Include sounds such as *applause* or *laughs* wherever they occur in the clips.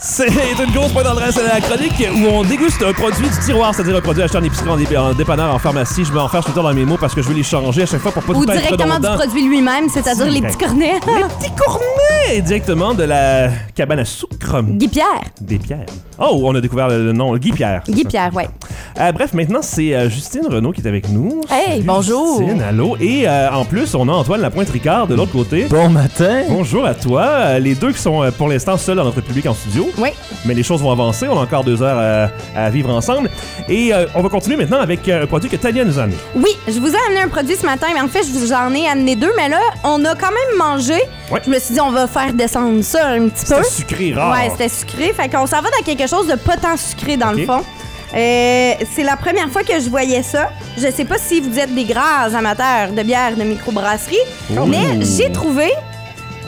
c'est une grosse pointe dans le reste de la chronique où on déguste un produit du tiroir, c'est-à-dire un produit acheté en épicerie, en, dép- en dépanneur, en pharmacie. Je vais en faire tout le temps dans mes mots parce que je veux les changer à chaque fois pour pas Ou tout le temps être directement du redondant. produit lui-même, c'est-à-dire les petits cornets. Les petits gourmets directement de la cabane à sucre Guy Pierre. des pierres. Oh, on a découvert le, le nom Guy Pierre. c'est Guy ça. Pierre, ouais. Euh, bref, maintenant c'est euh, Justine Renault qui est avec nous. Hey, bonjour. Justine, allô. Et euh, en plus, on a Antoine Lapointe Ricard de l'autre côté. Bon matin! Bonjour à toi. Euh, les deux qui sont euh, pour l'instant seuls dans notre public en studio. Oui. Mais les choses vont avancer. On a encore deux heures euh, à, à vivre ensemble. Et euh, on va continuer maintenant avec euh, un produit que Tania nous a amené. Oui, je vous ai amené un produit ce matin, mais en fait, je vous en ai amené deux, mais là, on a quand même mangé. Ouais. Je me suis dit, on va faire descendre ça un petit peu. C'était sucré rare. Hein? Ouais, c'était sucré. Fait qu'on s'en va dans quelque chose de pas tant sucré dans le Ok. fond. Euh, c'est la première fois que je voyais ça. Je sais pas si vous êtes des grands amateurs de bière de microbrasserie, Ouh. mais j'ai trouvé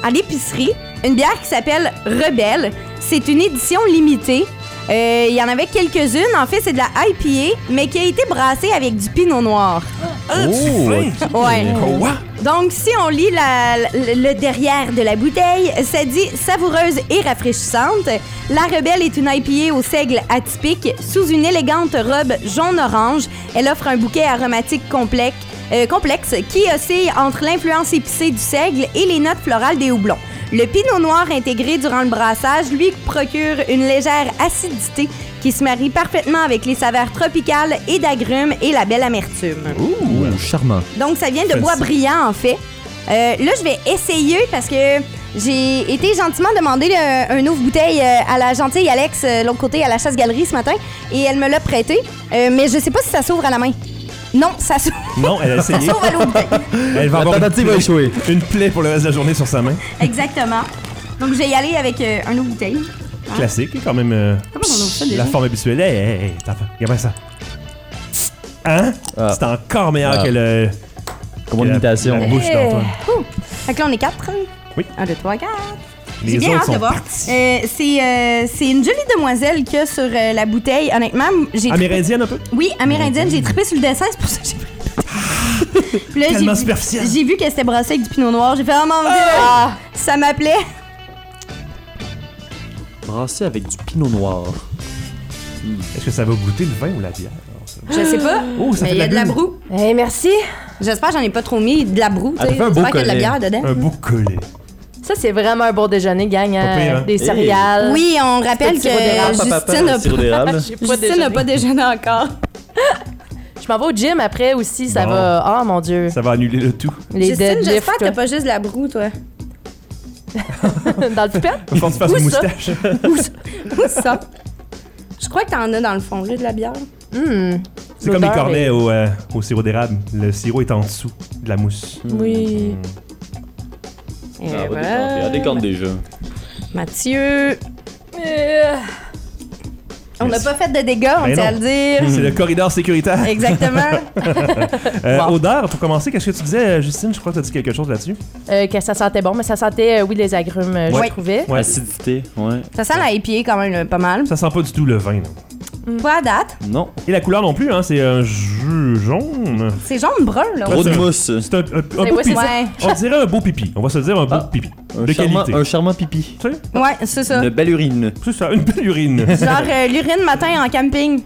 à l'épicerie une bière qui s'appelle Rebelle. C'est une édition limitée. Euh, Il y en avait quelques-unes. En fait, c'est de la IPA, mais qui a été brassée avec du pinot noir. Ah, tu Oh, fais? Ouais. Quoi? Donc, si on lit la- le le derrière de la bouteille, ça dit savoureuse et rafraîchissante. La Rebelle est une IPA au seigle atypique. Sous une élégante robe jaune-orange, elle offre un bouquet aromatique complexe, euh, complexe qui oscille entre l'influence épicée du seigle et les notes florales des houblons. Le pinot noir intégré durant le brassage lui procure une légère acidité qui se marie parfaitement avec les saveurs tropicales et d'agrumes et la belle amertume. Ouh, charmant. Donc, ça vient de Fancy. Bois Brillant, en fait. Euh, là, je vais essayer parce que j'ai été gentiment demander le- un ouvre bouteille euh, à la gentille Alex, euh, l'autre côté, à la chasse-galerie ce matin, et elle me l'a prêté. Euh, mais je sais pas si ça s'ouvre à la main. Non, ça *laughs* s'ouvre Non, elle a *laughs* essayé. à l'eau *laughs* bouteille. Elle va La avoir une tentative a plaie- échoué. Une plaie pour le reste de la journée sur sa main. Exactement. Donc, je vais y aller avec euh, un ouvre bouteille. Classique, quand même. euh, Comment Ah. on ouvre ça déjà? la forme habituelle. Hey, hey, hey, t'as pas- regarde bien ça. Hein? Ah. C'est encore meilleur Ah. que le. Comme que une la- imitation. La Eh, bouche d'Antoine. Euh, Ouh. Fait que là, on est quatre. Oui. Un, deux, trois, quatre. J'ai Les bien autres hâte de sont voir. partis. Euh, c'est euh, c'est une jolie demoiselle qu'il y a sur euh, la bouteille. Honnêtement, Ah, j'ai Amérindienne un peu? Oui, amérindienne, j'ai trippé sur le dessin, c'est pour ça que j'ai pris. Puis là, Tellement j'ai vu- superficielle. J'ai vu que c'était brassé avec du pinot noir. J'ai fait, oh mon dieu, Ah! ça m'appelait. Brassé avec du pinot noir. Est-ce que ça va goûter le vin ou la bière? Je sais pas. Oh, ça mais fait il y a de la bulle. broue. Eh, merci. J'espère que j'en ai pas trop mis de la broue. tu Elle sais. Ah, fait un beau J'espère qu'il y a de la bière collet. dedans. Un beau collet. Ça, c'est vraiment un bon déjeuner, gang. hein, Pas pire, hein? avec Des Hey. céréales. Euh, Oui, on rappelle Petit que sirop d'érable, Justine n'a sirop pas, d'érable. J'ai Euh, pas Justine n'a déjeuné. pas déjeuné encore. Je m'en vais au gym après aussi, ça Bon. va. Ah, mon Dieu. Ça va annuler le tout. Les Justine, j'espère deadlifts que t'as pas juste de la broue, *laughs* toi. dans le pipette. *laughs* Faut que tu fasses Où une ça? moustache. Où ça? Je crois que t'en as dans le fond, là, de la bière. Hmm. C'est comme les L'odeur cornets est- au, euh, au sirop d'érable. Le sirop est en dessous de la mousse. Oui. Et *laughs* Ah, va voilà. décanter, elle décante déjà. ben, Mathieu. Euh, On n'a Merci. pas fait de dégâts, on Ben tient à non. le *laughs* dire. C'est le corridor sécuritaire. Exactement. Euh, Wow. Odeur, pour commencer, qu'est-ce que tu disais, euh, Justine? Je crois que tu as dit quelque chose là-dessus. euh, que ça sentait bon, mais ça sentait, euh, oui, les agrumes, euh, Ouais. je trouvais. Ouais. Acidité, ouais. Ça sent la IPA quand même là, pas mal. Ça sent pas du tout le vin. non. Pas à date. Non, Et la couleur non plus, hein, c'est un jus jaune. C'est jaune brun, là. Ben trop de c'est- mousse. C'est un, un- un beau ouais, c'est pipi. ça. Ouais. On dirait un beau pipi. On va se dire un beau Ah. pipi. Un de charmant, qualité. un charmant pipi. Tu sais, Ouais, c'est Ah. ça. Une belle urine. c'est ça, une belle *laughs* urine. Genre euh, l'urine matin en camping.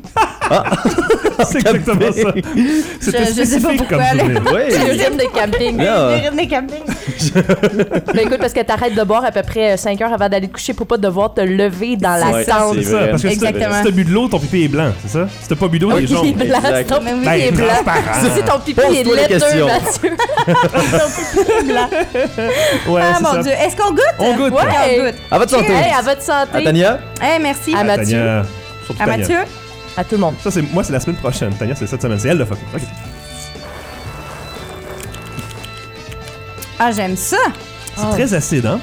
c'est exactement ça. C'était Je- je sais pas spécifique pourquoi, comme là. souvenir. *laughs* Ouais. Le gym de camping. Là, L'urine des camping. Ben, écoute, parce que t'arrêtes de boire à peu près 5 heures avant d'aller te coucher pour pas devoir te lever dans la Ouais, cendre. C'est C'est ça, vrai. parce que si t'as- Exactement. si t'as bu de l'eau, ton pipi est blanc, c'est ça? Si t'as pas bu d'eau, il est Oui, il est jaune. blanc, Exact. ton- Mais oui, Ben, il est blanc. transparent. Si ton pipi est Pose-toi les laiteux, questions. Mathieu. Ouais, Ah c'est mon ça. dieu. Est-ce qu'on goûte? On goûte. Ah, Ouais. Ok, on goûte. à votre santé. Hey, à votre À santé. Tania. Eh, merci. À À, ma- Mathieu. Tania, surtout Tania. Mathieu. À tout le monde. Ça, c'est, moi, c'est la semaine prochaine. Tania, c'est cette semaine. C'est elle le fuck. Ok. Ah, j'aime ça. C'est Oh. très acide, hein?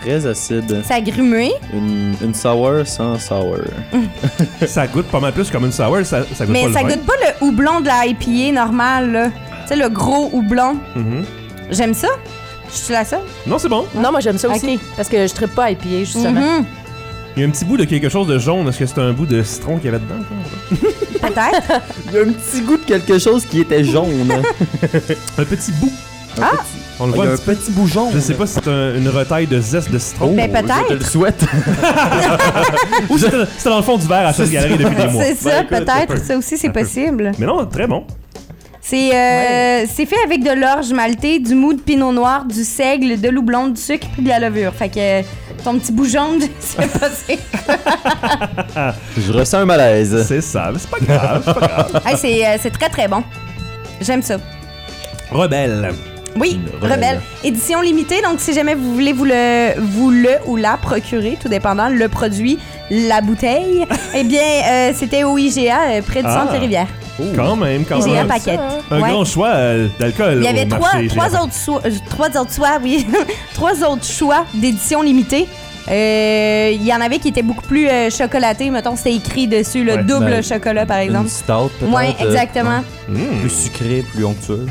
Très acide. Ça a grumé. Une, une sour sans sour. Mm. Ça goûte pas mal plus comme une sour. Ça, ça goûte pas Mais ça le vin. goûte pas le houblon de la IPA normale, là. Tu sais, le gros houblon. Mhm. J'aime ça. Je suis la seule. Non, c'est bon. Non, moi j'aime ça Ok. aussi. Parce que je tripe pas à épier, justement. Mhm. Il y a un petit bout de quelque chose de jaune. Est-ce que c'est un bout de citron qu'il y avait dedans? Peut-être. *laughs* Il y a un petit goût de quelque chose qui était jaune. Un petit bout. Ah! On Il le y voit. a un un petit peu. petit bougeon. Je sais pas si c'est un- une retaille de zeste de citron. Ben, peut-être. Je te le souhaite. *laughs* Ou c'était c'était dans le fond du verre à cette galerie depuis des mois. Oh. C'est ça, écoute, peut-être. ça aussi, c'est possible. Mais non, très bon. C'est euh, c'est fait avec de l'orge maltée, du mou de pinot noir, du seigle, de l'oublon, du sucre puis de la levure. Fait que euh, ton petit bougeon, *laughs* je sais pas c'est... Je ressens un malaise. C'est ça, mais c'est pas grave. c'est pas grave. Hey, c'est euh, c'est très, très bon. J'aime ça. Rebelle. Oui, Une Rebelle. rebelle. Édition limitée, donc si jamais vous voulez vous le, vous le ou la procurer, tout dépendant le produit, la bouteille, eh bien, euh, c'était au IGA, euh, près du Ah. centre des rivières. Oh. Quand même, quand IGA même. Paquette. Un Ouais. grand choix euh, d'alcool. Il y avait au trois, marché trois, IGA. autres so- euh, trois autres choix, oui, *laughs* trois autres choix d'édition limitée. Euh, Il y en avait qui étaient beaucoup plus euh, chocolatés, mettons, c'était écrit dessus, le Ouais, double ben, chocolat, par exemple. Une stout, peut-être. Oui, euh, Mmh. exactement. Plus sucré, plus onctueux.